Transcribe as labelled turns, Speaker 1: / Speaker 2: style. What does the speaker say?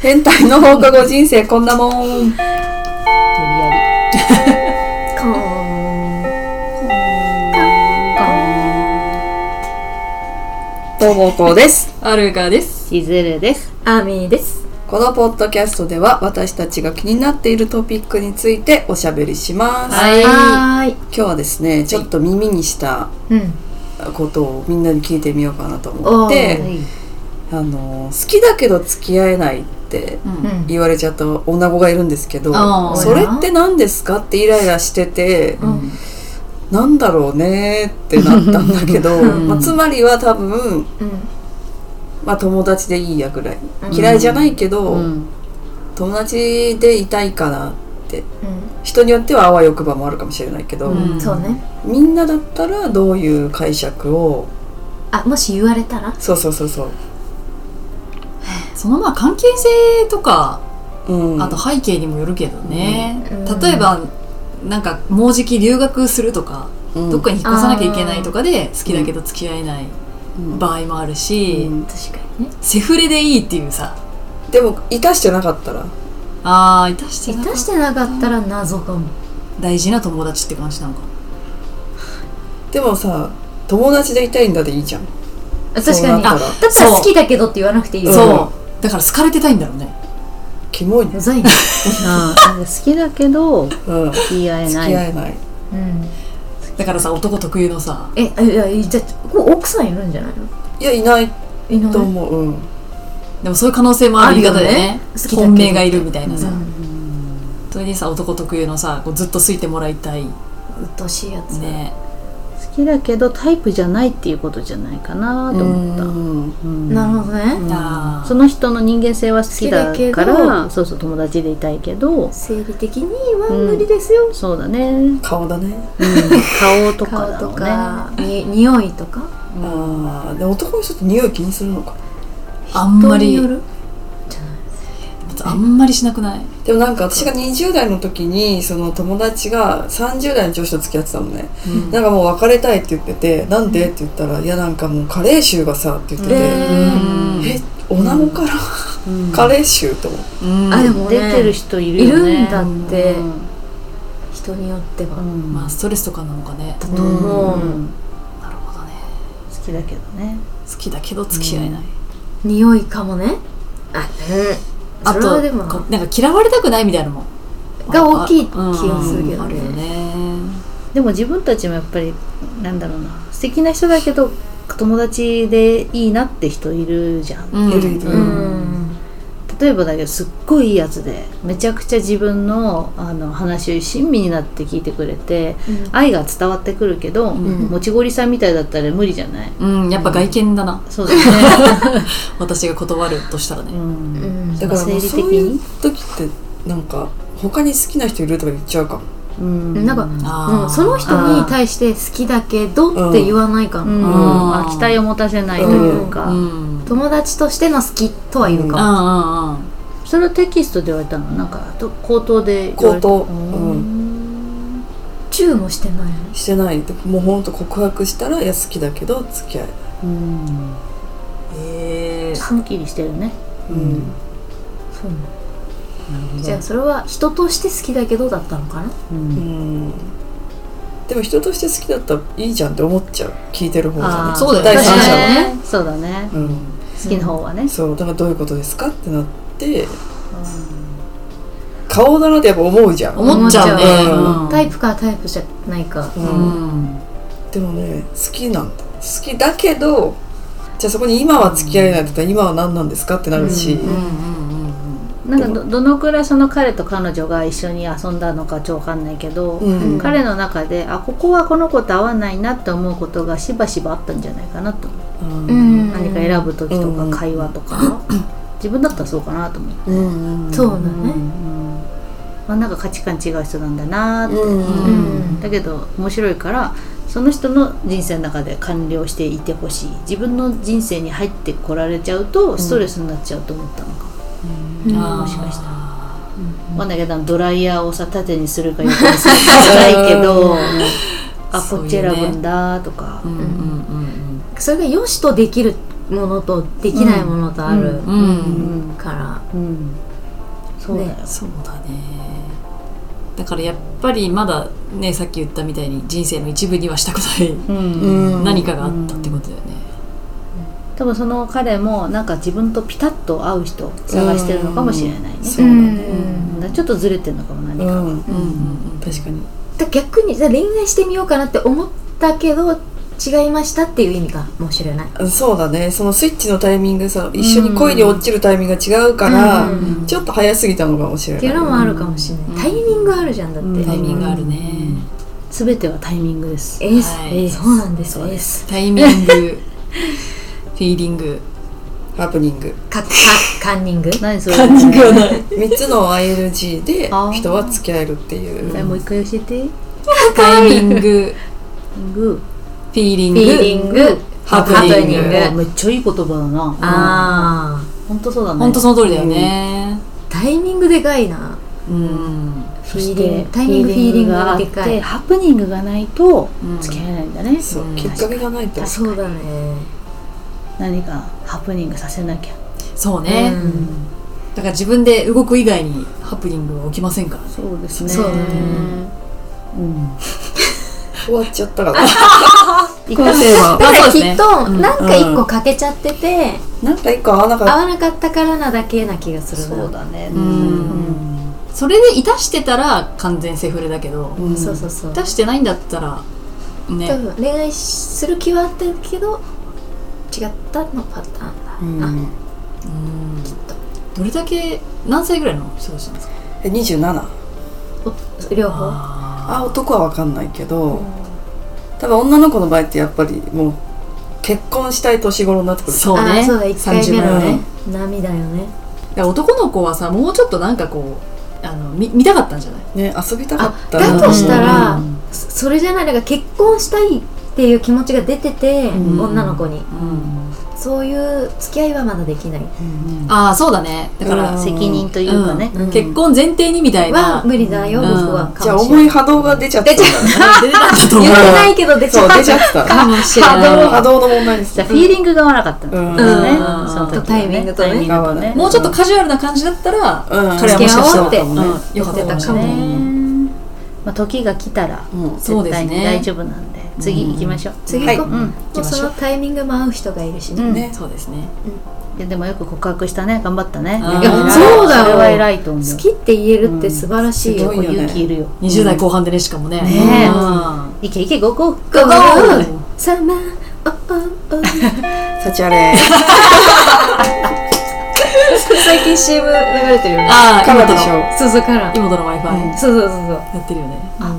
Speaker 1: 変態の放課後人生こんなもん。
Speaker 2: 無理やり
Speaker 3: コーン
Speaker 1: どうもこうです。
Speaker 4: アルガです。
Speaker 2: しずるです
Speaker 3: アーミーです
Speaker 1: このポッドキャストでは私たちが気になっているトピックについておしゃべりします。
Speaker 4: はい。
Speaker 3: はーい
Speaker 1: 今日はですね、ちょっと耳にした
Speaker 3: うん
Speaker 1: ことをみんなに聞いてみようかなと思っ
Speaker 3: お
Speaker 1: て、
Speaker 2: い
Speaker 1: あの、好きだけど付き合えないって
Speaker 3: うん
Speaker 1: 言われちゃった女子がいるんですけど
Speaker 4: あ、ー
Speaker 1: それって何ですかってイライラしてて、
Speaker 4: うん
Speaker 1: なんだろうねーってなったんだけど、
Speaker 4: うん
Speaker 1: まあつまりは多分、
Speaker 3: うん
Speaker 1: まあ友達でいいやぐらい
Speaker 3: うん
Speaker 1: 嫌いじゃないけど、
Speaker 2: うん
Speaker 1: 友達でいたいかな
Speaker 3: う
Speaker 1: 人によってはあわよくばもあるかもしれないけど、
Speaker 4: うん
Speaker 3: んそうね
Speaker 1: みんなだったらどういう解釈を
Speaker 3: あもし言われたら
Speaker 1: そうそうそうそう、
Speaker 4: そのまあ関係性とか、
Speaker 1: うん、
Speaker 4: あと背景にもよるけどね。
Speaker 3: うん
Speaker 4: 例えば、なんかもうじき留学するとか、
Speaker 1: うん
Speaker 4: どっかに引っ越さなきゃいけないとかで好きだけど付き合えない
Speaker 1: うん
Speaker 4: 場合もあるし、
Speaker 1: うん
Speaker 3: 確かにね
Speaker 4: セフレでいいっていうさ、
Speaker 1: でもいたしてなかったら
Speaker 4: ああいたして
Speaker 3: い
Speaker 4: なかった
Speaker 3: してなかったら謎かも
Speaker 4: 大事な友達って感じなのか。
Speaker 1: でもさ友達でいたいんだでいいじゃん
Speaker 3: あ確
Speaker 1: そうな
Speaker 3: か
Speaker 1: っ
Speaker 3: に
Speaker 1: た
Speaker 3: あ
Speaker 1: ら
Speaker 3: だったら好きだけどって言わなくていいよ
Speaker 1: ん
Speaker 4: そう。だから好かれてたいんだろうね。
Speaker 1: キモいね、
Speaker 3: うざいね
Speaker 2: あーなんか好きだけど
Speaker 1: うん、付
Speaker 2: 付き合え
Speaker 1: き合
Speaker 2: ない
Speaker 1: えない
Speaker 3: うん
Speaker 4: だからさ男特有のさ、
Speaker 3: えあいやいやじゃあこれ奥さんいるんじゃないの
Speaker 1: いやいない
Speaker 3: いない
Speaker 1: と思う、うん
Speaker 4: でもそういう可能性もあるよ
Speaker 3: あるよ
Speaker 4: ね
Speaker 3: ね好きだけど
Speaker 4: 本命がいるみたいなさ、
Speaker 3: うん
Speaker 4: それにさ男特有のさこうずっと好いてもらいたい
Speaker 3: 鬱陶しいやつ
Speaker 4: ね
Speaker 2: 好きだけどタイプじゃないっていうことじゃないかなと思った
Speaker 1: うん
Speaker 2: うん
Speaker 3: なるほどね
Speaker 1: うん
Speaker 4: あー
Speaker 2: その人の人間性は好きだ
Speaker 3: 好きだけ
Speaker 2: か
Speaker 3: ど
Speaker 2: らそうそう友達でいたいけど
Speaker 3: 生理的には無理ですよ、
Speaker 2: そうだね、うん、
Speaker 1: 顔だね、
Speaker 2: 顔とか
Speaker 3: 顔
Speaker 2: だろ
Speaker 3: と
Speaker 2: うね
Speaker 3: か、に匂いとか
Speaker 1: ああで男の人って匂い気にするのか
Speaker 4: あん
Speaker 3: 人
Speaker 4: ま
Speaker 3: に
Speaker 4: り
Speaker 3: よる
Speaker 4: あんまりしなくない
Speaker 1: でもなんか私が20代の時にその友達が30代の女子と付き合ってたのね、
Speaker 4: うん
Speaker 1: なんかもう別れたいって言ってて「なんで?」って言ったら「いやなんかもう加齢臭がさ」って言ってて「
Speaker 3: え
Speaker 1: えおなごから、
Speaker 2: うん
Speaker 1: 加齢臭?」と思って
Speaker 4: うん
Speaker 3: あでもね
Speaker 2: 出てる人いるよね
Speaker 3: いるんだって
Speaker 2: うん
Speaker 3: 人によっては、
Speaker 2: うん
Speaker 4: まあストレスとかなのかね
Speaker 3: だと思う、
Speaker 2: うん
Speaker 4: なるほどね
Speaker 2: 好きだけどね
Speaker 4: 好きだけど付き合えない、
Speaker 3: 匂いかもねあうん
Speaker 4: あ
Speaker 3: それは
Speaker 4: と
Speaker 3: でも
Speaker 4: こうなんか嫌われたくないみたいなのも
Speaker 3: が大きい気
Speaker 4: ああ
Speaker 3: がするけ
Speaker 4: うん
Speaker 3: ど
Speaker 4: あるよ
Speaker 3: ね
Speaker 4: ね
Speaker 2: でも自分たちもやっぱりなんだろうな素敵な人だけど友達でいいなって人いるじゃん、
Speaker 4: うん
Speaker 1: いるいる
Speaker 3: う
Speaker 4: うん
Speaker 2: 例えばだけどすっごいいいやつでめちゃくちゃ自分のあの話を親身になって聞いてくれて愛が伝わってくるけど、
Speaker 4: ん
Speaker 2: もちごりさんみたいだったら無理じゃない
Speaker 4: うんやっぱ外見だな
Speaker 2: そうだね、
Speaker 4: 私が断るとしたらね
Speaker 2: うん
Speaker 3: うんうん
Speaker 1: だからもう
Speaker 2: 生理
Speaker 1: そう
Speaker 2: 的
Speaker 1: いう
Speaker 2: に
Speaker 1: 時ってなんか他に好きな人いるとか言っちゃうかも
Speaker 2: うん
Speaker 3: なんか
Speaker 4: あー
Speaker 3: うんその人に対して好きだけどって言わないか
Speaker 2: う
Speaker 3: も、
Speaker 2: ん
Speaker 4: あー
Speaker 2: あ期待を持たせないというか、
Speaker 4: うん
Speaker 3: 友達としての好きとは言う
Speaker 4: う
Speaker 3: かも、
Speaker 4: んうんうん
Speaker 2: それをテキストで言われたのなんかと口頭で言われた
Speaker 1: 口頭
Speaker 2: うん
Speaker 1: う
Speaker 3: チューもしてない
Speaker 1: してないでもうほんと告白したら「いや好きだけど付き合えない
Speaker 2: うん
Speaker 4: えー
Speaker 2: すっきりしてるね」
Speaker 1: うん
Speaker 3: そうなのじゃあそれは人として好きだけどだったのかな
Speaker 1: うん、でも人として好きだったらいいじゃんって思っちゃう聞いてる方が
Speaker 2: あー
Speaker 1: ね
Speaker 4: そうだよね
Speaker 1: 第三者は
Speaker 4: 確か
Speaker 1: ね、
Speaker 2: ねそうだね
Speaker 1: うん、
Speaker 2: 好きな方はね、
Speaker 1: そうだからどういうことですかってなって、顔だなってやっぱ思うじゃん、
Speaker 4: 思っちゃうね
Speaker 1: 思
Speaker 4: うん
Speaker 3: タイプかタイプじゃないか
Speaker 1: う
Speaker 4: うんん
Speaker 1: でもね好きなんだ好きだけどじゃあそこに今は付き合えないって言ったら今は何なんですかってなるし、
Speaker 4: うんうんうん
Speaker 2: なんかどどのくらいその彼と彼女が一緒に遊んだのかちょっとわかんないけど、
Speaker 1: うん
Speaker 3: うん
Speaker 2: 彼の中であここはこの子と合わないなって思うことがしばしばあったんじゃないかなと思う、
Speaker 3: うん
Speaker 2: 何か選ぶ時と
Speaker 1: うん
Speaker 2: か会話とか、自分だったらそうかなと思う、
Speaker 1: うん
Speaker 3: そうだね、
Speaker 2: うんまあ、なんか価値観違う人なんだなーって、
Speaker 1: うん
Speaker 3: うん
Speaker 2: だけど面白いからその人の人生の中で完了していてほしい自分の人生に入ってこられちゃうとストレスになっちゃうと思ったのか、
Speaker 4: うん
Speaker 2: あーもしかしたわかんないけどドライヤーをさ縦にするか横にするかじゃないけどあこっち選ぶんだとか
Speaker 4: うんうんうん
Speaker 3: それが良しとできるものとできないものとある
Speaker 4: う、
Speaker 2: うんん
Speaker 3: から、
Speaker 2: うんそうだよ、
Speaker 3: ね
Speaker 4: そうだねだからやっぱりまだねさっき言ったみたいに人生の一部にはしたくな
Speaker 2: うん
Speaker 1: うん
Speaker 4: い何かがあったってことだよね、
Speaker 2: 多分その彼もなんか自分とピタッと合う人を探してるのかもしれないね、
Speaker 1: そうだね
Speaker 2: うんだからちょっとずれてるのかも何
Speaker 1: う
Speaker 2: か、
Speaker 1: ん、
Speaker 4: うんうん
Speaker 1: 確かに
Speaker 3: だ逆にじゃあ恋愛してみようかなって思ったけど違いましたっていう意味かもしれない
Speaker 1: そうだねそのスイッチのタイミングさ一緒に恋に落ちるタイミングが違うから、
Speaker 3: うん
Speaker 1: ちょっと早すぎたのかもしれ
Speaker 3: っ
Speaker 1: な
Speaker 3: て
Speaker 1: い
Speaker 3: いうのもあるかもしれない、
Speaker 4: うん
Speaker 3: タイミングあるじゃんだって、
Speaker 1: うん
Speaker 4: タイミングあるね、
Speaker 2: 全てはタイミングです
Speaker 3: エース、
Speaker 4: はい
Speaker 3: エースそうなんです
Speaker 2: そう
Speaker 3: エ
Speaker 2: で
Speaker 3: ース
Speaker 4: タイミングフィーリング
Speaker 1: ハプニング
Speaker 3: かかカンニング
Speaker 2: 何それ
Speaker 4: ない
Speaker 1: 3つの ING で
Speaker 2: あー
Speaker 1: 人は付き合えるっていう
Speaker 2: もう一回教えて
Speaker 4: タイミング
Speaker 2: グ
Speaker 4: フィーリン
Speaker 3: フ
Speaker 4: グ
Speaker 3: ィーリング
Speaker 1: ハプ
Speaker 3: ハプ
Speaker 1: ニ
Speaker 3: ニ
Speaker 1: ン
Speaker 3: ン
Speaker 1: グ
Speaker 3: グ
Speaker 2: ーめっちゃいい言葉だな
Speaker 3: ああ
Speaker 2: 本当そうだね
Speaker 4: 本当その通りだよね
Speaker 3: タイミングでかいな
Speaker 4: うん、
Speaker 2: そして
Speaker 3: フィーリングタイミング
Speaker 2: があっ
Speaker 3: フィーリングがでか
Speaker 2: て
Speaker 3: い
Speaker 2: ハプニングがないと
Speaker 4: うん
Speaker 2: 付き合えないんだね、
Speaker 1: そう
Speaker 4: うん
Speaker 1: きっかけがないと
Speaker 2: 確か
Speaker 3: そうだね
Speaker 2: 何かハプニングさせなきゃ
Speaker 4: そうね、
Speaker 3: うん
Speaker 4: だから自分で動く以外にハプニングは起きませんからね
Speaker 2: そうですね
Speaker 3: そうだね
Speaker 2: うん
Speaker 1: 終わっちゃったら
Speaker 2: 一
Speaker 1: 個
Speaker 2: 回
Speaker 1: 性は
Speaker 3: だ
Speaker 4: まあ
Speaker 3: か
Speaker 4: そう
Speaker 3: ら
Speaker 4: で
Speaker 3: き
Speaker 4: すね
Speaker 3: っとなんか一個欠けちゃってて、
Speaker 1: なんか一個合わなかっ
Speaker 3: 合
Speaker 1: た
Speaker 3: わなかったからなだけな気がするな
Speaker 2: そうだね
Speaker 4: うん
Speaker 2: うん
Speaker 4: それでいたしてたら完全セフレだけど、
Speaker 1: ん
Speaker 3: そうそうそう
Speaker 4: いたしてないんだったら
Speaker 3: 多
Speaker 4: ね
Speaker 3: 分恋愛する気はあったけど違ったのパターンだ、
Speaker 1: うん
Speaker 4: うんどれだけ何歳ぐらいの人たちなんですか
Speaker 1: え27
Speaker 3: お両方
Speaker 4: あ
Speaker 1: あ男は分かんないけど多分女の子の場合ってやっぱりもう結婚したい年頃になってくる
Speaker 4: そう
Speaker 3: あー
Speaker 4: ね
Speaker 3: そうだ1回目
Speaker 1: 30
Speaker 3: のね
Speaker 1: ね
Speaker 3: 波だよね
Speaker 4: だから男の子はさもうちょっとなんかこうあの見見たかったんじゃない
Speaker 1: ね遊びたかった
Speaker 3: あだとしたら
Speaker 4: うん
Speaker 3: そそれじゃないなんか結婚したいっていう気持ちが出てて、
Speaker 4: うん
Speaker 3: 女の子にそういう付き合いはまだできない
Speaker 1: うん
Speaker 4: ああそうだねだから、
Speaker 1: うん
Speaker 2: 責任というかね
Speaker 4: うん結婚前提にみたいな、
Speaker 3: は無理だよ、
Speaker 4: うん
Speaker 3: 僕は
Speaker 1: じゃあ
Speaker 3: かもしれ
Speaker 1: 重
Speaker 3: ないい
Speaker 1: 波動が出ちゃったんだ
Speaker 4: 出てたんだと思
Speaker 3: 言
Speaker 4: う
Speaker 3: ってないけど出ちゃ
Speaker 1: そう
Speaker 3: っ
Speaker 1: 出ちゃってた
Speaker 4: かもしれ
Speaker 1: 波動
Speaker 4: な
Speaker 1: 波
Speaker 4: い
Speaker 1: 動の問題です
Speaker 2: じゃあフィーリングが合わなかったんだね
Speaker 4: うん
Speaker 2: その時はね
Speaker 3: とタイミングとね
Speaker 2: タイミングとね
Speaker 4: もうちょっとカジュアルな感じだったら、
Speaker 1: うん
Speaker 4: 彼はもしかした
Speaker 3: 付き合お
Speaker 4: ら
Speaker 1: うって
Speaker 4: うんよかったかもしれない、
Speaker 2: ねまあ時が来たら
Speaker 1: うん
Speaker 4: そう
Speaker 2: 絶
Speaker 4: です
Speaker 2: 対に
Speaker 4: ね
Speaker 2: 大丈夫なんで次行きましょう
Speaker 3: 次
Speaker 1: はい
Speaker 3: 行こう、
Speaker 2: うん
Speaker 3: もうそのタイミングも合う人がいるしね、
Speaker 2: うん
Speaker 1: ね
Speaker 4: そうですね
Speaker 2: いやでもよく告白したね頑張ったね
Speaker 4: うん
Speaker 2: いや
Speaker 1: 偉い
Speaker 2: そうだよそれは偉いと思う
Speaker 3: 好きって言えるって素晴らしいよ、
Speaker 1: うんすごいよ
Speaker 2: 勇気いるよ
Speaker 4: 20代後半でねしかもね
Speaker 2: ねえ
Speaker 4: うん
Speaker 2: いけいけゴーゴー
Speaker 3: ゴーゴ
Speaker 4: うん
Speaker 3: ーサマーおおお
Speaker 1: サチアレ
Speaker 3: 最近 CM 流れてるよね
Speaker 4: ああ
Speaker 1: カ
Speaker 4: 今
Speaker 1: ラ
Speaker 4: と
Speaker 1: で
Speaker 4: の
Speaker 1: しょ
Speaker 3: そうそうから
Speaker 4: 今との w i f
Speaker 3: そうそうそうそう
Speaker 4: i やってるよね
Speaker 2: あ